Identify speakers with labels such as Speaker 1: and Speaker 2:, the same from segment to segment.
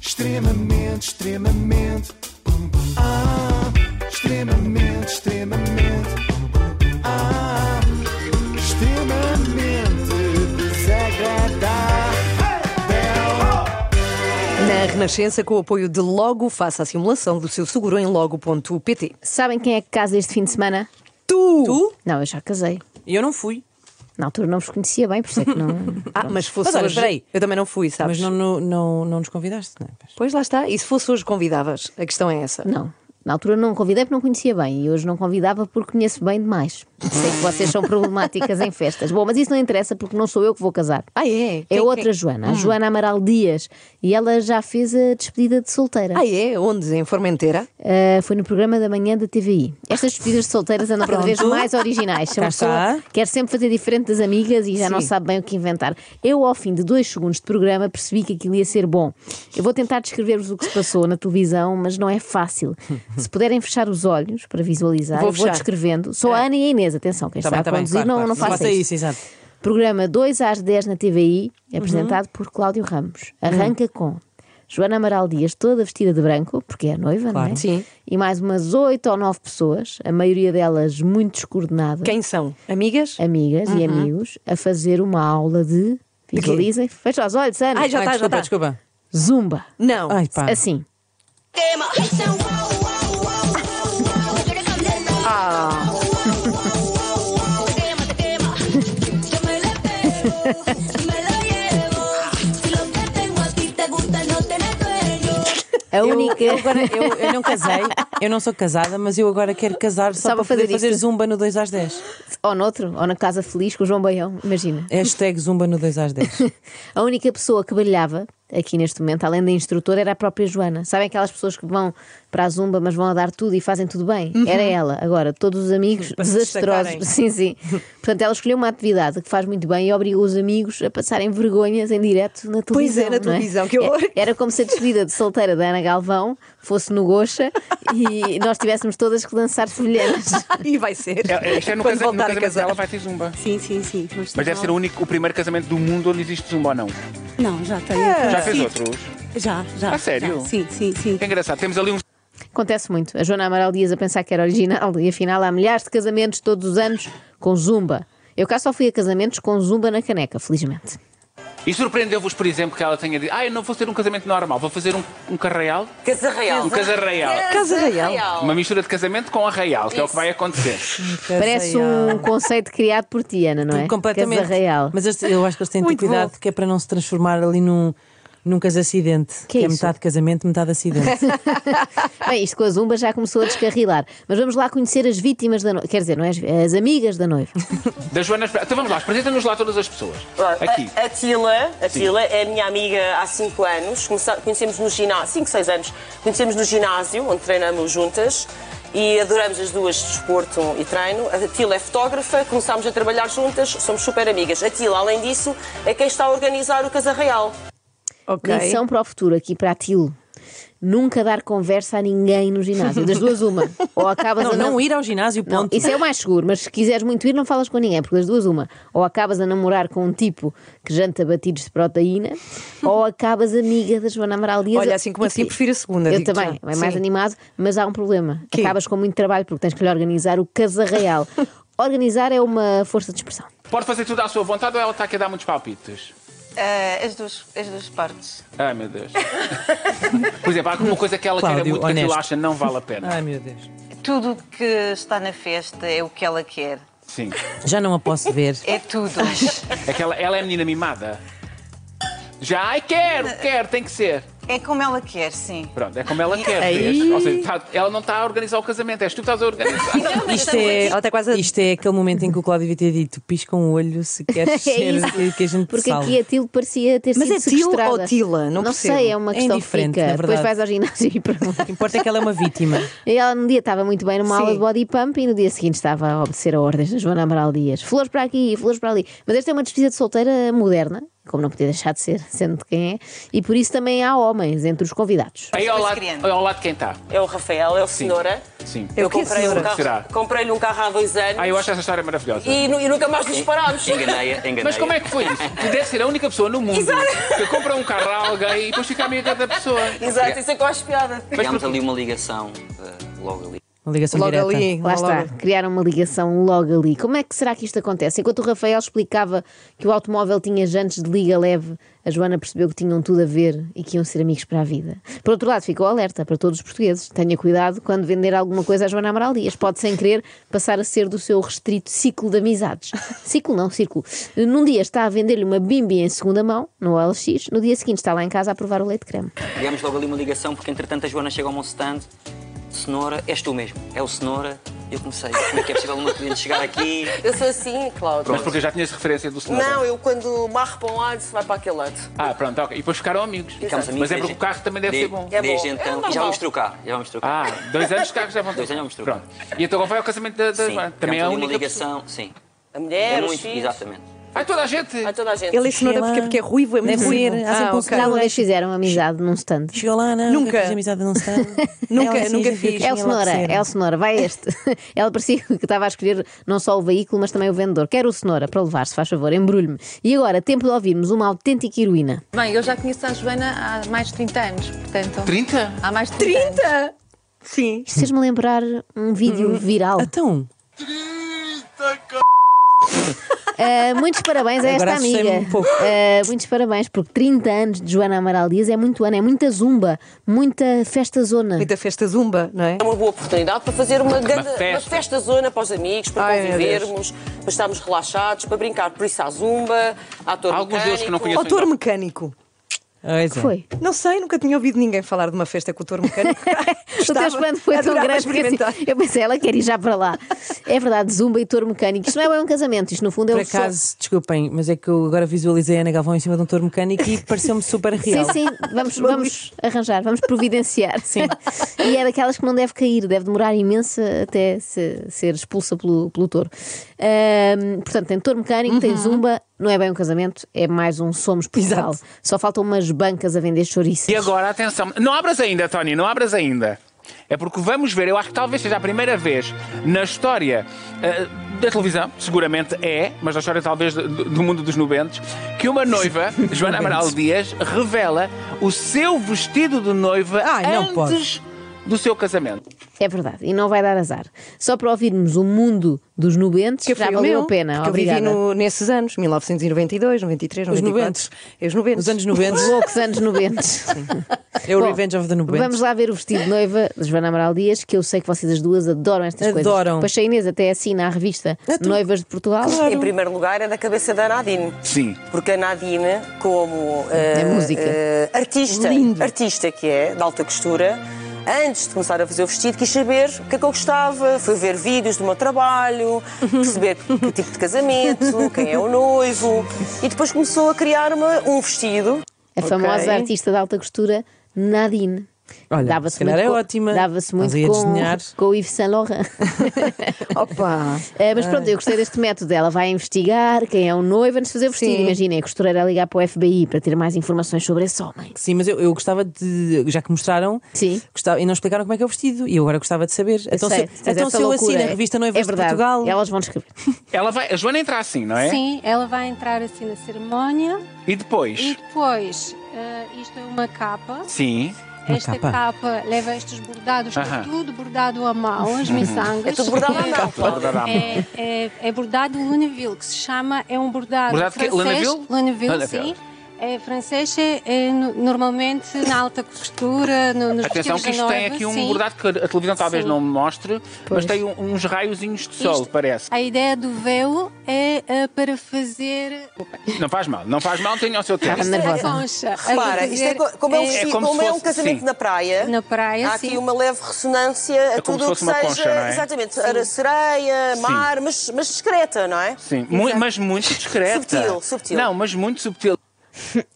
Speaker 1: Extremamente, extremamente. Ah, extremamente, extremamente. Ah, extremamente desagradável.
Speaker 2: Na Renascença, com o apoio de Logo, faça a simulação do seu seguro em logo.pt.
Speaker 3: Sabem quem é que casa este fim de semana?
Speaker 2: Tu!
Speaker 4: Tu?
Speaker 3: Não, eu já casei.
Speaker 4: Eu não fui.
Speaker 3: Na altura não vos conhecia bem, por isso é que não.
Speaker 2: Ah, mas se fosse
Speaker 4: Mas olha,
Speaker 2: hoje.
Speaker 4: espera aí.
Speaker 2: Eu também não fui, sabes?
Speaker 4: Mas não, não, não, não nos convidaste, não é? Pois.
Speaker 2: Pois lá está. E se fosse hoje, convidavas. A questão é essa.
Speaker 3: Não. Na altura não convidei porque não conhecia bem e hoje não convidava porque conheço bem demais. Sei que vocês são problemáticas em festas. Bom, mas isso não interessa porque não sou eu que vou casar.
Speaker 2: Ah, é?
Speaker 3: É
Speaker 2: Quem-
Speaker 3: outra Joana, a Joana Amaral Dias. E ela já fez a despedida de solteira.
Speaker 2: Ah, é? Onde? Em Formentera?
Speaker 3: Uh, foi no programa da manhã da TVI. Estas despedidas de solteiras andam cada vez mais originais. Uma
Speaker 4: Cá está.
Speaker 3: pessoa quer sempre fazer diferente das amigas e já não
Speaker 2: Sim.
Speaker 3: sabe bem o que inventar. Eu, ao fim de dois segundos de programa, percebi que aquilo ia ser bom. Eu vou tentar descrever-vos o que se passou na televisão, mas não é fácil. Se puderem fechar os olhos para visualizar,
Speaker 2: Vou
Speaker 3: eu vou
Speaker 2: fechar.
Speaker 3: descrevendo. Sou a Ana e a Inês, atenção, quem
Speaker 4: Tá
Speaker 3: está
Speaker 4: bem,
Speaker 3: a
Speaker 4: tá bem,
Speaker 3: conduzir
Speaker 4: claro,
Speaker 3: não,
Speaker 4: claro.
Speaker 3: não faça isso.
Speaker 4: exato.
Speaker 3: Programa 2 às 10 na TVI,
Speaker 2: Uhum.
Speaker 3: apresentado por Cláudio Ramos. Arranca com Joana Amaral Dias, toda vestida de branco, porque é a noiva, não é?
Speaker 2: Sim.
Speaker 3: E mais umas 8 ou 9 pessoas, a maioria delas muito descoordenadas,
Speaker 2: Quem Uhum. são? Amigas?
Speaker 3: amigas e amigos, a fazer uma aula de. Visualizem, fecha os olhos, Ana.
Speaker 2: Ai, já
Speaker 4: Ai,
Speaker 2: está, já
Speaker 4: desculpa,
Speaker 2: está.
Speaker 3: tá.
Speaker 4: desculpa.
Speaker 3: Zumba.
Speaker 2: Não.
Speaker 4: Ai, pá.
Speaker 3: Assim. A única.
Speaker 4: Eu, agora, eu, eu não casei, eu não sou casada, mas eu agora quero casar só,
Speaker 3: Só
Speaker 4: para
Speaker 3: para fazer
Speaker 4: poder fazer
Speaker 3: isto.
Speaker 4: zumba no 2 às 10.
Speaker 3: Ou noutro, ou na Casa Feliz com o João Baião, imagina.
Speaker 4: Hashtag zumba no 2 às 10.
Speaker 3: A única pessoa que brilhava aqui neste momento, além da instrutora, era a própria Joana. Sabem aquelas pessoas que vão para a Zumba, mas vão a dar tudo e fazem tudo bem?
Speaker 2: Uhum.
Speaker 3: Era ela. Agora, todos os amigos
Speaker 4: Para se
Speaker 3: desastrosos.
Speaker 4: destacarem.
Speaker 3: Sim, sim. Portanto, ela escolheu uma atividade que faz muito bem e obrigou os amigos a passarem vergonhas em direto na televisão.
Speaker 2: Pois é, na
Speaker 3: não
Speaker 2: televisão, que horror.
Speaker 3: É- Era como se a despedida de solteira da Ana Galvão fosse no Goxa e nós tivéssemos todas que dançar semelhantes.
Speaker 2: E vai ser.
Speaker 5: É, é, Isto é no,
Speaker 2: Quando
Speaker 5: casa, no
Speaker 2: voltar a
Speaker 5: casamento
Speaker 2: casar.
Speaker 5: dela vai ter zumba.
Speaker 6: Sim, sim, sim.
Speaker 5: Mas deve ser o único, o primeiro casamento do mundo onde existe zumba ou não.
Speaker 6: Não, já tenho.
Speaker 5: É. Já fez
Speaker 6: Sim.
Speaker 5: outros?
Speaker 6: Já, já.
Speaker 5: A sério?
Speaker 6: já. Sim, sim, sim.
Speaker 5: É engraçado, temos ali um
Speaker 3: Acontece muito. A Joana Amaral Dias a pensar que era original e afinal há milhares de casamentos todos os anos com zumba. Eu cá só fui a casamentos com zumba na caneca, felizmente.
Speaker 5: E surpreendeu-vos, por exemplo, que ela tenha dito: Ah, eu não vou ter um casamento normal, vou fazer um, um carreal.
Speaker 7: Casa Real.
Speaker 5: Um casarreal.
Speaker 2: Casa Real.
Speaker 5: Uma mistura de casamento com arraial, que é o que vai acontecer.
Speaker 3: Parece um conceito criado por ti, Ana, não é?
Speaker 4: ah. Completamente.
Speaker 3: Casa real.
Speaker 4: Mas este- eu acho que eles têm de ter
Speaker 2: Muito
Speaker 4: cuidado
Speaker 2: bom.
Speaker 4: que é para não se transformar ali num, num casacidente.
Speaker 3: Que é isso?
Speaker 4: metade casamento, metade acidente.
Speaker 3: Bem, isto com a zumba já começou a descarrilar. Mas vamos lá conhecer as vítimas da noiva. Quer dizer, não é? as- As amigas da noiva.
Speaker 5: Da Joana Esper- Então vamos lá, apresenta-nos lá todas as pessoas.
Speaker 7: Pronto,
Speaker 5: Aqui.
Speaker 7: A, a Tila, a Tila é a minha amiga há 5 anos, Começa- conhecemos no ginásio, 5, 6 anos, conhecemos no ginásio, onde treinamos juntas e adoramos as duas desporto e treino. A Tila é fotógrafa, começámos a trabalhar juntas, somos super amigas. A Tila, além disso, é quem está a organizar o Casa Real.
Speaker 2: Ok.
Speaker 3: Lição para o futuro, aqui para a Tilo. Nunca dar conversa a ninguém no ginásio. Das duas, uma. Ou acabas
Speaker 4: não,
Speaker 3: a
Speaker 4: não
Speaker 3: nam-
Speaker 4: ir ao ginásio,
Speaker 3: Não,
Speaker 4: ponto.
Speaker 3: isso é o mais seguro, mas se quiseres muito ir, não falas com ninguém, porque das duas, uma. Ou acabas a namorar com um tipo que janta batidos de proteína, ou acabas amiga da Joana Amaral Dias.
Speaker 2: Olha, assim como assim, prefiro a segunda,
Speaker 3: Eu
Speaker 2: digo-te
Speaker 3: também,
Speaker 2: já.
Speaker 3: é mais
Speaker 2: Sim.
Speaker 3: animado, mas há um problema. Acabas com muito trabalho, porque tens que lhe organizar o casa real. organizar é uma força de expressão.
Speaker 5: Pode fazer tudo à sua vontade ou ela está aqui a dar muitos palpites?
Speaker 8: Ah, as, duas, as duas partes.
Speaker 5: Ai meu Deus. Por exemplo, há alguma coisa que ela quer
Speaker 4: Cláudio,
Speaker 5: muito que aquilo
Speaker 4: honesto.
Speaker 5: acha não vale a pena.
Speaker 4: Ai meu Deus.
Speaker 8: Tudo que está na festa é o que ela quer.
Speaker 5: Sim.
Speaker 4: Já não a posso ver.
Speaker 8: É tudo.
Speaker 5: É que ela, ela é menina mimada. Já, ai, quero, quero, tem que ser.
Speaker 8: É como ela quer, sim.
Speaker 5: Pronto, é como ela quer. vês? Ou seja, tá- ela não está a organizar o casamento, és tu que estás a organizar.
Speaker 4: Isto é,
Speaker 2: Ela está quase a-
Speaker 4: isto é aquele momento em que o Cláudio devia ter dito: pisca um olho se queres
Speaker 3: É
Speaker 4: ser
Speaker 3: isso.
Speaker 4: que- que a gente te
Speaker 3: Porque
Speaker 4: salve."
Speaker 3: aqui a Tilo parecia ter
Speaker 2: Mas
Speaker 3: sido
Speaker 2: é Tilo ou
Speaker 3: sequestrada.
Speaker 2: Tila? Não percebo.
Speaker 3: sei, é uma
Speaker 4: É
Speaker 3: questão que
Speaker 4: indiferente,
Speaker 3: fica.
Speaker 4: na
Speaker 3: Depois
Speaker 4: verdade.
Speaker 3: vais ao ginásio e perguntas.
Speaker 4: O que importa é que ela é uma vítima.
Speaker 3: E Ela num dia estava muito bem numa
Speaker 2: Sim.
Speaker 3: aula de body pump e no dia seguinte estava a obedecer a ordens da Joana Amaral Dias. Flores para aqui, flores para ali. Mas esta é uma despedida de solteira moderna, como não podia deixar de ser, sendo de quem é, e por isso também há homens entre os convidados.
Speaker 5: Aí ao
Speaker 8: Mas
Speaker 5: lado,
Speaker 8: criando.
Speaker 5: aí ao lado de quem está.
Speaker 7: É o Rafael, é o Cenoura.
Speaker 5: Sim.
Speaker 2: Eu que
Speaker 7: comprei um
Speaker 2: cenoura.
Speaker 5: Será?
Speaker 7: carro, comprei-lhe um carro há dois anos
Speaker 5: Ah, eu acho essa história maravilhosa.
Speaker 7: e, nu- e nunca mais nos parámos.
Speaker 9: Enganei, enganei.
Speaker 5: Mas como é que foi isso? Tu deves ser a única pessoa no mundo que compra um carro a alguém e depois fica amiga da pessoa.
Speaker 7: Exato, isso é que eu acho piada.
Speaker 9: Criámos ali uma ligação eh, logo ali.
Speaker 4: Uma ligação
Speaker 2: Logo
Speaker 4: direta.
Speaker 2: ali.
Speaker 3: Lá está,
Speaker 2: logo.
Speaker 3: criaram uma ligação logo ali. Como é que será que isto acontece? Enquanto o Rafael explicava que o automóvel tinha jantes de liga leve, a Joana percebeu que tinham tudo a ver e que iam ser amigos para a vida. Por outro lado, ficou alerta para todos os portugueses. Tenha cuidado quando vender alguma coisa à Joana Amaral Dias. Pode, sem querer, passar a ser do seu restrito ciclo de amizades. Ciclo não, círculo. Num dia está a vender-lhe uma bimbi em segunda mão, no OLX. No dia seguinte está lá em casa a provar o leite creme.
Speaker 9: Criámos logo ali uma ligação porque entretanto a Joana chega ao meu stand. Cenoura, és tu mesmo. É o Cenoura. Eu comecei. Como é que é possível uma cliente chegar aqui?
Speaker 7: Eu sou assim, Cláudio.
Speaker 5: Mas porque já tinhas referência do celular.
Speaker 7: Não, eu quando marro para um lado, se vai para aquele lado.
Speaker 5: Ah, pronto, ok. E depois ficaram amigos.
Speaker 9: Ficámos amigos.
Speaker 5: Mas é porque o
Speaker 9: desde-
Speaker 5: carro também deve
Speaker 9: de-
Speaker 5: ser bom.
Speaker 7: É
Speaker 9: Desde
Speaker 7: bom. É
Speaker 9: então.
Speaker 7: normal.
Speaker 9: e já vamos trocar. Já vamos trocar.
Speaker 5: Ah, dois anos de carros já vão
Speaker 9: Dois anos vamos trocar.
Speaker 5: Pronto. E então qual foi o casamento da, da
Speaker 9: Sim.
Speaker 5: Joana?
Speaker 9: Também
Speaker 5: Também é a
Speaker 9: ali uma
Speaker 5: única pessoa.
Speaker 9: ligação. Sim.
Speaker 7: A mulher,
Speaker 9: é
Speaker 7: os
Speaker 9: muito,
Speaker 7: filhos.
Speaker 9: exatamente.
Speaker 5: Ai, toda a gente.
Speaker 7: A toda a gente.
Speaker 2: Ele é cenoura porque, porque é ruivo, é muito
Speaker 4: Deve
Speaker 2: ruivo.
Speaker 4: ser, há sempre um
Speaker 2: ok.
Speaker 3: Já uma vez fizeram amizade num stand.
Speaker 4: Chegou lá, não,
Speaker 2: Nunca.
Speaker 4: fiz amizade não se
Speaker 2: Nunca, nunca fiz. É
Speaker 3: El Sonora, El Sonora, vai este. Ela parecia que estava a escolher não só o veículo, mas também o vendedor. Quero o Sonora para levar, se faz favor, embrulhe-me. E agora, tempo de ouvirmos uma autêntica heroína.
Speaker 10: Bem, eu já conheço a Joana há mais de 30 anos, portanto.
Speaker 5: 30?
Speaker 10: Há mais de 30 anos.
Speaker 2: Sim.
Speaker 3: Isto fez-me lembrar um
Speaker 4: Uhum.
Speaker 3: vídeo viral.
Speaker 4: Então,
Speaker 3: Ah, muitos parabéns a esta
Speaker 4: Agora assustei-me
Speaker 3: amiga.
Speaker 4: um pouco.
Speaker 3: Ah, muitos parabéns, porque 30 anos de Joana Amaral Dias é muito ano, é muita zumba, muita festa zona.
Speaker 2: Muita festa zumba, não é?
Speaker 7: É uma boa oportunidade para fazer uma, grande, uma
Speaker 5: festa.
Speaker 7: festa zona para os amigos, para
Speaker 2: Ai, meu
Speaker 7: convivermos, para estarmos relaxados, para brincar. Por isso há zumba, há ator
Speaker 5: Alguns deles que não
Speaker 7: mecânico.
Speaker 5: conheço.
Speaker 2: Autor mecânico.
Speaker 4: pois é.
Speaker 3: Foi.
Speaker 2: Não sei, nunca tinha ouvido ninguém falar de uma festa com o autor mecânico.
Speaker 3: O teu
Speaker 2: Gostava,
Speaker 3: espanto foi tão
Speaker 2: adorava
Speaker 3: grande que assim,
Speaker 2: experimentar.
Speaker 3: eu pensei, ela quer ir já para lá. É verdade, zumba e touro mecânico. Isto não é bem um casamento, isto no fundo é
Speaker 4: Por
Speaker 3: um show.
Speaker 4: acaso, desculpem, mas é que eu agora visualizei a Ana Galvão em cima de um touro mecânico e pareceu-me super real.
Speaker 3: Sim, sim, vamos, vamos arranjar, vamos providenciar. Sim. E é daquelas que não deve cair, deve demorar imenso até se- ser expulsa pelo, pelo touro. Ahm, portanto, tem touro mecânico, tem
Speaker 2: Uhum.
Speaker 3: zumba, não é bem um casamento, é mais um Somos Portugal. Só faltam umas bancas a vender chouriços.
Speaker 5: E agora, atenção, não abras ainda, Tony, não abras ainda. É porque vamos ver, eu acho que talvez seja a primeira vez na história eh, da televisão, seguramente é, mas na história talvez do, do mundo dos nubentes, que uma noiva, Joana Amaral Dias, revela o seu vestido de noiva
Speaker 4: Ai, não
Speaker 5: antes
Speaker 4: podes.
Speaker 5: do seu casamento.
Speaker 3: É verdade, e não vai dar azar. Só para ouvirmos o mundo dos nubentes,
Speaker 2: Que
Speaker 3: já
Speaker 2: foi o
Speaker 3: valeu
Speaker 2: meu,
Speaker 3: a pena.
Speaker 2: que eu vivi
Speaker 3: Obrigada.
Speaker 2: no- nesses anos, 1992, 93,
Speaker 4: Os
Speaker 2: 94.
Speaker 4: noventos.
Speaker 2: É Os 90.
Speaker 4: Os anos 90.
Speaker 3: Loucos anos nubentes.
Speaker 4: É o
Speaker 3: Bom,
Speaker 4: Revenge of the Nubentos.
Speaker 3: Vamos lá ver o vestido de noiva de Joana Amaral Dias, que eu sei que vocês as duas adoram estas coisas.
Speaker 4: Adoram.
Speaker 3: Pois a Inês até assina a revista
Speaker 4: É tu-
Speaker 3: Noivas de Portugal.
Speaker 7: Em primeiro lugar, é da cabeça da Nadine.
Speaker 5: Sim.
Speaker 7: Porque a Nadine, como eh,
Speaker 3: É música.
Speaker 7: eh, artista, artista que é, de alta costura, antes de começar a fazer o vestido, quis saber o que é que eu gostava. Fui ver vídeos do meu trabalho, perceber que tipo de casamento, quem é o noivo. E depois começou a criar-me um vestido.
Speaker 3: A famosa artista de alta costura Nadine.
Speaker 4: Olha,
Speaker 3: Dava-se
Speaker 4: se calhar
Speaker 3: muito
Speaker 4: é
Speaker 3: com-
Speaker 4: ótima.
Speaker 3: Dava-se
Speaker 4: Nós
Speaker 3: muito
Speaker 4: ia
Speaker 3: com,
Speaker 4: desenhar.
Speaker 3: com o Yves Saint Laurent.
Speaker 2: Opa!
Speaker 3: Eh, mas pronto, eu gostei deste método. Ela vai investigar quem é o noivo antes de fazer o vestido.
Speaker 2: Sim.
Speaker 3: Imaginem, a costureira a ligar para o FBI para ter mais informações sobre esse homem.
Speaker 4: Sim, mas eu, eu gostava de. Já que mostraram.
Speaker 3: Sim.
Speaker 4: Gostava, e não explicaram como é que é o vestido. E eu agora gostava de saber. então
Speaker 3: sei,
Speaker 4: se,
Speaker 3: tens
Speaker 4: então,
Speaker 3: essa
Speaker 4: se eu
Speaker 3: loucura.
Speaker 4: assino a revista Noivas
Speaker 3: é verdade,
Speaker 4: de Portugal.
Speaker 3: Elas vão descrever.
Speaker 5: Ela vai, a Joana entra assim, não é?
Speaker 10: Sim, ela vai entrar assim na cerimónia
Speaker 5: E depois?
Speaker 10: e depois eh, isto é uma capa.
Speaker 5: Sim.
Speaker 4: Uma
Speaker 10: Esta
Speaker 4: capa?
Speaker 10: capa. leva estes bordados,
Speaker 5: Aham. Uhum.
Speaker 10: está tudo bordado à mão, as miçangas.
Speaker 7: É tudo bordado à mão, Cláudia.
Speaker 10: É, é, é bordado Luneville, que se chama, é um bordado,
Speaker 5: Bordado de quê?
Speaker 10: francês.
Speaker 5: Luneville? Luneville.
Speaker 10: sim. É francês, é, é no- normalmente na alta costura, no, nos
Speaker 5: Atenção
Speaker 10: vestidos
Speaker 5: que
Speaker 10: de
Speaker 5: isto tem
Speaker 10: noiva,
Speaker 5: aqui um
Speaker 10: sim.
Speaker 5: bordado que a televisão talvez
Speaker 10: Sim.
Speaker 5: não mostre, mas
Speaker 3: Pois.
Speaker 5: tem um- uns raiozinhos de sol,
Speaker 10: Isto-
Speaker 5: parece.
Speaker 10: A ideia do véu é eh, para fazer
Speaker 5: Não faz mal, não faz mal, tenha o seu tempo.
Speaker 3: Estava nervosa.
Speaker 10: a concha.
Speaker 7: Repara,
Speaker 10: A
Speaker 7: isto é
Speaker 10: fazer,
Speaker 7: co- como é um,
Speaker 10: eh,
Speaker 7: vestido-
Speaker 5: como se
Speaker 7: como é um
Speaker 5: fosse-
Speaker 7: casamento
Speaker 5: sim.
Speaker 7: na praia.
Speaker 10: Na praia,
Speaker 7: Há
Speaker 10: sim.
Speaker 7: aqui uma leve ressonância a
Speaker 5: como
Speaker 7: tudo
Speaker 5: se
Speaker 7: o que
Speaker 5: fosse uma
Speaker 7: seja.
Speaker 5: concha, não é?
Speaker 7: Exatamente, a sereia, mar, mas, mas discreta, não é?
Speaker 5: Sim, mu- mas muito discreta.
Speaker 7: Subtil, subtil.
Speaker 5: Não, mas muito subtil.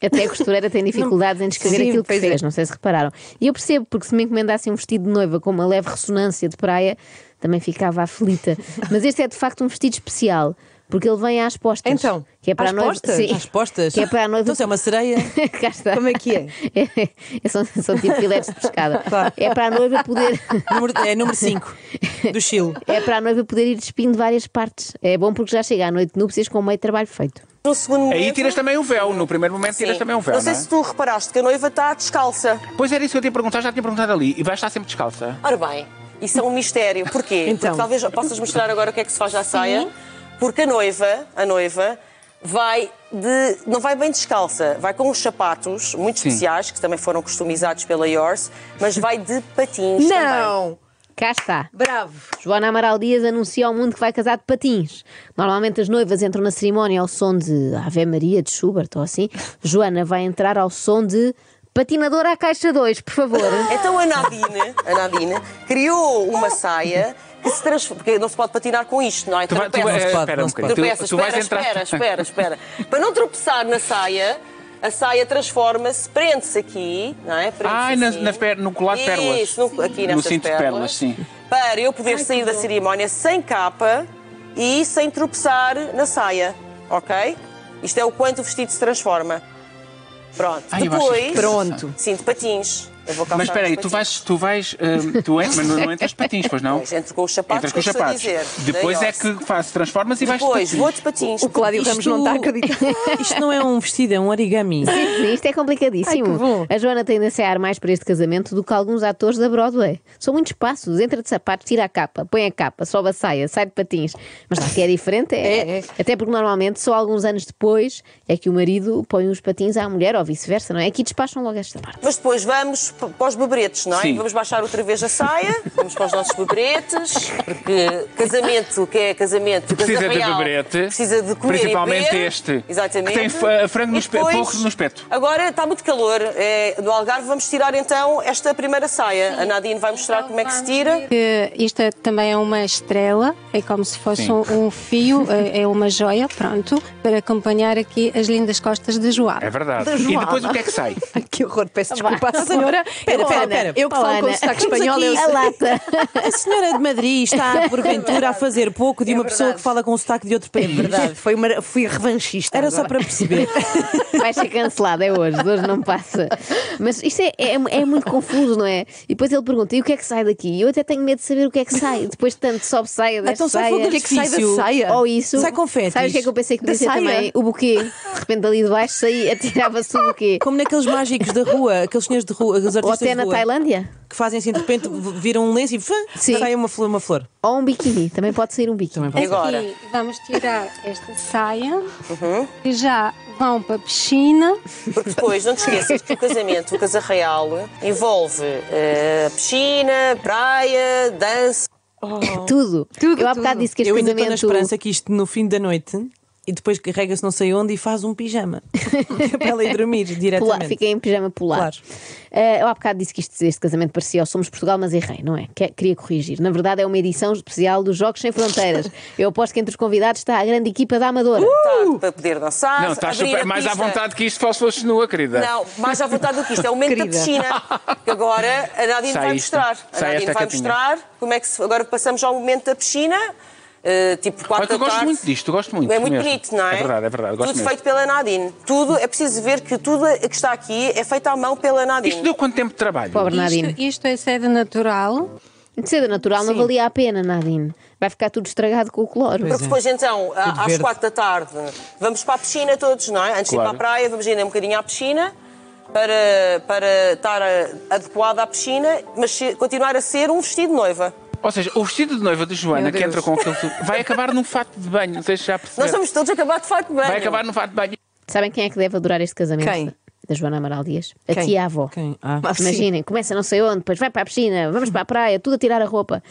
Speaker 3: Até a costureira tem dificuldades em descrever
Speaker 2: Sim,
Speaker 3: aquilo que
Speaker 2: pois é.
Speaker 3: fez, não sei se repararam. E eu percebo, porque se me encomendassem um vestido de noiva com uma leve ressonância de praia, também ficava aflita. Mas este é de facto um vestido especial. Porque ele vem às postas.
Speaker 2: Então,
Speaker 3: que é para
Speaker 2: às
Speaker 3: a noiva.
Speaker 2: postas?
Speaker 3: Sim.
Speaker 2: Às postas?
Speaker 3: Que é para a noiva.
Speaker 2: Então, se é uma sereia?
Speaker 3: Cá está.
Speaker 2: Como é que é?
Speaker 3: É, são, são tipo filetes de pescada.
Speaker 2: Claro.
Speaker 3: É para a noiva poder.
Speaker 11: Número- é número 5 do Chile.
Speaker 3: É para a noiva poder ir despindo de várias partes. É bom porque já chega à noite de núpcias com meio trabalho feito.
Speaker 4: No segundo momento.
Speaker 5: Aí tiras também o véu, no primeiro momento tiras
Speaker 4: Sim.
Speaker 5: também o véu.
Speaker 4: Não sei
Speaker 5: não é?
Speaker 4: se tu reparaste que a noiva está descalça.
Speaker 5: Pois era isso que eu tinha perguntado, já tinha perguntado ali. E vais estar sempre descalça?
Speaker 4: Ora bem, isso é um mistério. Porquê?
Speaker 2: Então.
Speaker 4: Porque talvez possas mostrar agora o que é que se faz à saia. Porque a noiva, a noiva, vai de. não vai bem descalça, vai com uns sapatos muito especiais, que também foram customizados pela Yours, mas vai de patins. também.
Speaker 2: Não!
Speaker 3: Cá está.
Speaker 2: Bravo!
Speaker 3: Joana Amaral Dias anuncia ao mundo que vai casar de patins. Normalmente as noivas entram na cerimónia ao som de Ave Maria de Schubert ou assim. Joana vai entrar ao som de Patinadora à Caixa 2, por favor.
Speaker 4: Então a Nadine, a Nadine criou uma saia que se transforma. Porque não se pode patinar com isto, não é?
Speaker 5: Tu vai- tu vai-
Speaker 4: Tropeças.
Speaker 5: eh,
Speaker 11: pode,
Speaker 5: espera
Speaker 11: não
Speaker 5: um
Speaker 11: se
Speaker 5: bocadinho.
Speaker 11: pode.
Speaker 4: tropeça,
Speaker 5: Tu- tu vais
Speaker 4: espera,
Speaker 5: entrar-
Speaker 4: espera, espera, espera. Para não tropeçar na saia, a saia transforma-se, prende-se aqui, não é? Prende-se
Speaker 5: Ai, na- na per- no colar de pérolas.
Speaker 4: Isso, no, aqui
Speaker 5: No
Speaker 4: nestas
Speaker 5: cinto de
Speaker 4: pérolas.
Speaker 5: pérolas, sim.
Speaker 4: Para eu poder sair da cerimónia sem capa e sem tropeçar na saia, ok? Isto é o quanto o vestido se transforma. Pronto.
Speaker 5: Ai,
Speaker 7: Tipo,
Speaker 5: eu acho
Speaker 4: Depois...
Speaker 5: isso
Speaker 2: Pronto.
Speaker 4: Sim, de patins. Eu vou calçar
Speaker 5: Mas espera aí,
Speaker 4: os
Speaker 5: tu
Speaker 4: patins.
Speaker 5: vais, tu vais, hum, tu entras, mas não, não entras de patins, pois não?
Speaker 4: Pois, entro com os sapatos,
Speaker 5: Entras com os
Speaker 4: que eu estou a
Speaker 5: sapatos.
Speaker 4: dizer.
Speaker 5: Depois
Speaker 4: Da
Speaker 5: é que faz, transformas e vais de
Speaker 4: Depois,
Speaker 5: patins.
Speaker 4: vou de patins.
Speaker 2: O Cláudio Ramos não está a acreditar.
Speaker 11: Isto não é um vestido, é um origami.
Speaker 3: Sim, Isto é complicadíssimo.
Speaker 2: Ai, que bom.
Speaker 3: A Joana tem de ensaiar mais para este casamento do que alguns atores da Broadway. São muitos passos. Entra de sapatos, tira a capa, põe a capa, sobe a saia, sai de patins. Mas lá que é diferente.
Speaker 2: É, é.
Speaker 3: Até porque normalmente só alguns anos depois é que o marido põe os patins à mulher ou vice-versa, não é? Aqui despacham logo esta parte.
Speaker 4: Mas depois vamos p- para os beberetes, não é?
Speaker 5: Sim.
Speaker 4: Vamos baixar outra vez a saia, vamos para os nossos beberetes, porque casamento, o que é casamento?
Speaker 5: Precisa
Speaker 4: Casa
Speaker 5: de
Speaker 4: real,
Speaker 5: beberete,
Speaker 4: Precisa de comer
Speaker 5: principalmente
Speaker 4: e beber.
Speaker 5: este,
Speaker 4: Exatamente.
Speaker 5: que tem f- eh, frango no
Speaker 4: E
Speaker 5: espe-
Speaker 4: depois,
Speaker 5: porro no espeto.
Speaker 4: Agora está muito calor é, no Algarve, vamos tirar então esta primeira saia. A Nadine vai mostrar como é que
Speaker 11: Então
Speaker 4: se tira.
Speaker 10: Que isto é- também é uma estrela, é como se fosse
Speaker 5: Sim.
Speaker 10: um, um fio, é, é uma joia, pronto, para acompanhar aqui as lindas costas de Joana.
Speaker 5: É verdade. E depois o que é que sai?
Speaker 2: Ai, que horror, peço desculpa à senhora.
Speaker 11: Pera, pera, pera.
Speaker 2: Eu que falo com
Speaker 3: Ana,
Speaker 2: o sotaque
Speaker 3: temos
Speaker 2: espanhol, eu
Speaker 3: aqui a lata.
Speaker 11: A senhora de Madrid está, porventura, a fazer pouco de
Speaker 4: É
Speaker 11: uma pessoa que fala com o sotaque de outro país.
Speaker 2: Verdade, foi uma, fui revanchista.
Speaker 11: Era só
Speaker 2: agora.
Speaker 11: para perceber.
Speaker 3: Vai ser cancelado, é hoje, de hoje não passa. Mas isto é, é, é muito confuso, não é? E depois ele pergunta: e o que é que sai daqui? E eu até tenho medo de saber o que é que sai. Depois de tanto sobe saia, desce
Speaker 11: Então só
Speaker 3: saia.
Speaker 11: fogo de
Speaker 2: que é que sai da
Speaker 11: artifício.
Speaker 2: saia?
Speaker 3: Ou isso.
Speaker 11: Sai confetes.
Speaker 3: Sabes o que é que eu pensei que
Speaker 2: Da
Speaker 3: podia ser
Speaker 2: saia?
Speaker 3: também? O buquê. De repente ali de baixo saía, atirava-se o buquê.
Speaker 11: Como naqueles mágicos da rua, aqueles senhores de rua, os
Speaker 3: Ou
Speaker 11: artistas
Speaker 3: até
Speaker 11: de
Speaker 3: na
Speaker 11: rua,
Speaker 3: Tailândia.
Speaker 11: que fazem assim, de repente v- viram um lenço e fã,
Speaker 3: Sim.
Speaker 11: sai uma flor, uma flor.
Speaker 3: Ou um biquíni. Também pode sair um biquíni.
Speaker 4: E agora? Uhum.
Speaker 10: Aqui vamos tirar esta saia, que já vão para a piscina.
Speaker 4: Porque depois, não te esqueças que o casamento, o casa real, envolve eh, piscina, praia, dança.
Speaker 3: Tudo.
Speaker 10: Tudo,
Speaker 3: Eu há bocado
Speaker 10: tudo.
Speaker 3: disse que este
Speaker 11: eu ainda estou na
Speaker 3: casamento.
Speaker 11: esperança que isto no fim da noite e depois carrega-se não sei onde e faz um pijama. Que é para ela ir dormir
Speaker 3: Polar,
Speaker 11: diretamente.
Speaker 3: fiquei em pijama polar.
Speaker 11: Claro.
Speaker 3: Eh, eu há bocado disse que isto- este casamento parecia ao Somos Portugal, mas errei, não é? Que- queria corrigir. Na verdade, é uma edição especial dos Jogos Sem Fronteiras. Eu aposto que entre os convidados está a grande equipa da Amadora.
Speaker 2: Uh!
Speaker 4: Tá, para poder dançar.
Speaker 5: Não, estás
Speaker 4: abrir
Speaker 5: super-
Speaker 4: a
Speaker 5: mais à
Speaker 4: pista.
Speaker 5: vontade que isto fosse nua, querida.
Speaker 4: Não, mais à vontade do que isto. É o momento da
Speaker 2: Querida.
Speaker 4: piscina. Que agora a Nadine
Speaker 5: Sai
Speaker 4: vai
Speaker 5: isto.
Speaker 4: mostrar. A
Speaker 5: Sai
Speaker 4: Nadine
Speaker 5: esta
Speaker 4: vai
Speaker 5: capinha.
Speaker 4: mostrar como é que se- Agora passamos ao momento da piscina. eh, tipo 4
Speaker 5: Olha que eu
Speaker 4: da
Speaker 5: gosto
Speaker 4: tarde.
Speaker 5: muito disto, eu gosto muito
Speaker 4: É muito
Speaker 5: mesmo.
Speaker 4: bonito, não é?
Speaker 5: É verdade, é verdade, eu gosto
Speaker 4: Tudo
Speaker 5: mesmo.
Speaker 4: feito pela Nadine. Tudo, é preciso ver que tudo que está aqui é feito à mão pela Nadine.
Speaker 5: Isto deu quanto tempo de trabalho?
Speaker 3: Pobre Nadine.
Speaker 10: Isto, isto é sede natural.
Speaker 3: De seda natural não valia a pena, Nadine. Vai ficar tudo estragado com o cloro.
Speaker 4: Porque
Speaker 2: é.
Speaker 4: depois, então, a- às
Speaker 11: verde.
Speaker 4: quatro da tarde, vamos para a piscina todos, não é? Antes de ir
Speaker 5: Claro.
Speaker 4: para a praia, vamos ainda um bocadinho à piscina para, para estar eh, adequada à piscina, mas se- continuar a ser um vestido de noiva.
Speaker 5: Ou seja, o vestido de noiva de Joana,
Speaker 2: Meu
Speaker 5: que
Speaker 2: Deus.
Speaker 5: entra com aquele tudo, vai acabar num fato de banho, não sei se já
Speaker 4: Nós
Speaker 5: perceberam.
Speaker 4: estamos todos a acabar de é? fato de banho.
Speaker 5: Vai acabar num fato de banho.
Speaker 3: Sabem quem é que deve adorar este casamento?
Speaker 2: Quem?
Speaker 3: Da Joana Amaral Dias. A
Speaker 2: Quem?
Speaker 3: tia-avó.
Speaker 11: Quem? Ah.
Speaker 2: Mas- Sim.
Speaker 3: Imaginem, começa não sei onde, depois vai para a piscina, vamos para a praia, tudo a tirar a roupa.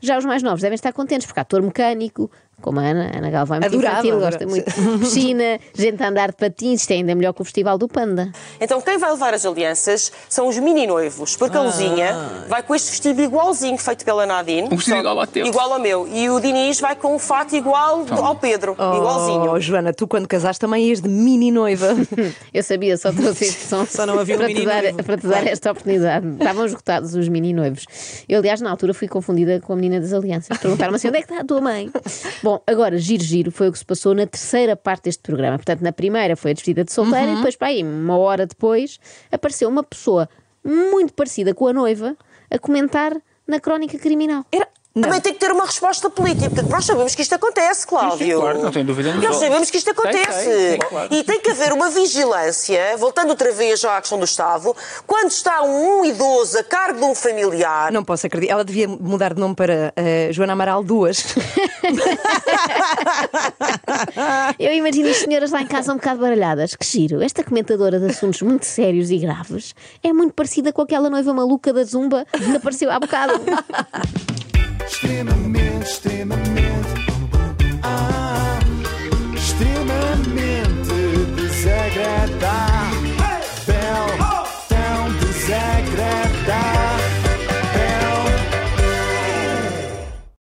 Speaker 3: Já os mais novos devem estar contentes, porque há ator mecânico, como a Ana, a Ana Galvão é muito
Speaker 2: Adorava,
Speaker 3: infantil, gosta
Speaker 2: adorava.
Speaker 3: muito. Piscina, gente a andar de patins, isto é ainda melhor que o Festival do Panda.
Speaker 4: Então, quem vai levar as alianças são os mini noivos, porque
Speaker 11: Ah.
Speaker 4: a Luzinha vai com este vestido igualzinho feito pela Nadine.
Speaker 5: Um vestido
Speaker 4: Só-
Speaker 5: igual ao teu.
Speaker 4: Igual ao meu. E o Diniz vai com um fato igual do- ao Pedro. Igualzinho.
Speaker 2: Oh, Joana, tu quando casaste também ias de mini noiva.
Speaker 3: Eu sabia, só trouxe este som
Speaker 11: Só não havia um
Speaker 3: para, te
Speaker 11: mini
Speaker 3: dar,
Speaker 11: noivo.
Speaker 3: para te dar esta oportunidade. Estavam esgotados os mini noivos. Eu, aliás, na altura fui confundida com a menina das alianças. Perguntaram-me assim: onde é que está a tua mãe? Bom, Bom, agora, giro, giro, foi o que se passou na terceira parte deste programa. Portanto, na primeira foi a despedida de solteira
Speaker 11: Uhum.
Speaker 3: e depois, para aí, uma hora depois, apareceu uma pessoa muito parecida com a noiva a comentar na crónica criminal.
Speaker 7: Também tem que ter uma resposta política, porque nós sabemos que isto acontece, Cláudio.
Speaker 5: Sim, sim, claro, não tenho dúvida nenhuma.
Speaker 7: Nós sabemos que isto
Speaker 5: Sei, sei,
Speaker 7: acontece.
Speaker 5: sim, claro.
Speaker 7: E tem que haver uma vigilância, voltando outra vez já à questão do Estado, quando está um idoso a cargo de um familiar,
Speaker 2: Não posso acreditar. Ela devia mudar de nome para eh, Joana Amaral Duas.
Speaker 3: Eu imagino as senhoras lá em casa um bocado baralhadas. Que giro, esta comentadora de assuntos muito sérios e graves é muito parecida com aquela noiva maluca da Zumba que apareceu há bocado.
Speaker 1: extremamente, Ah, extremamente.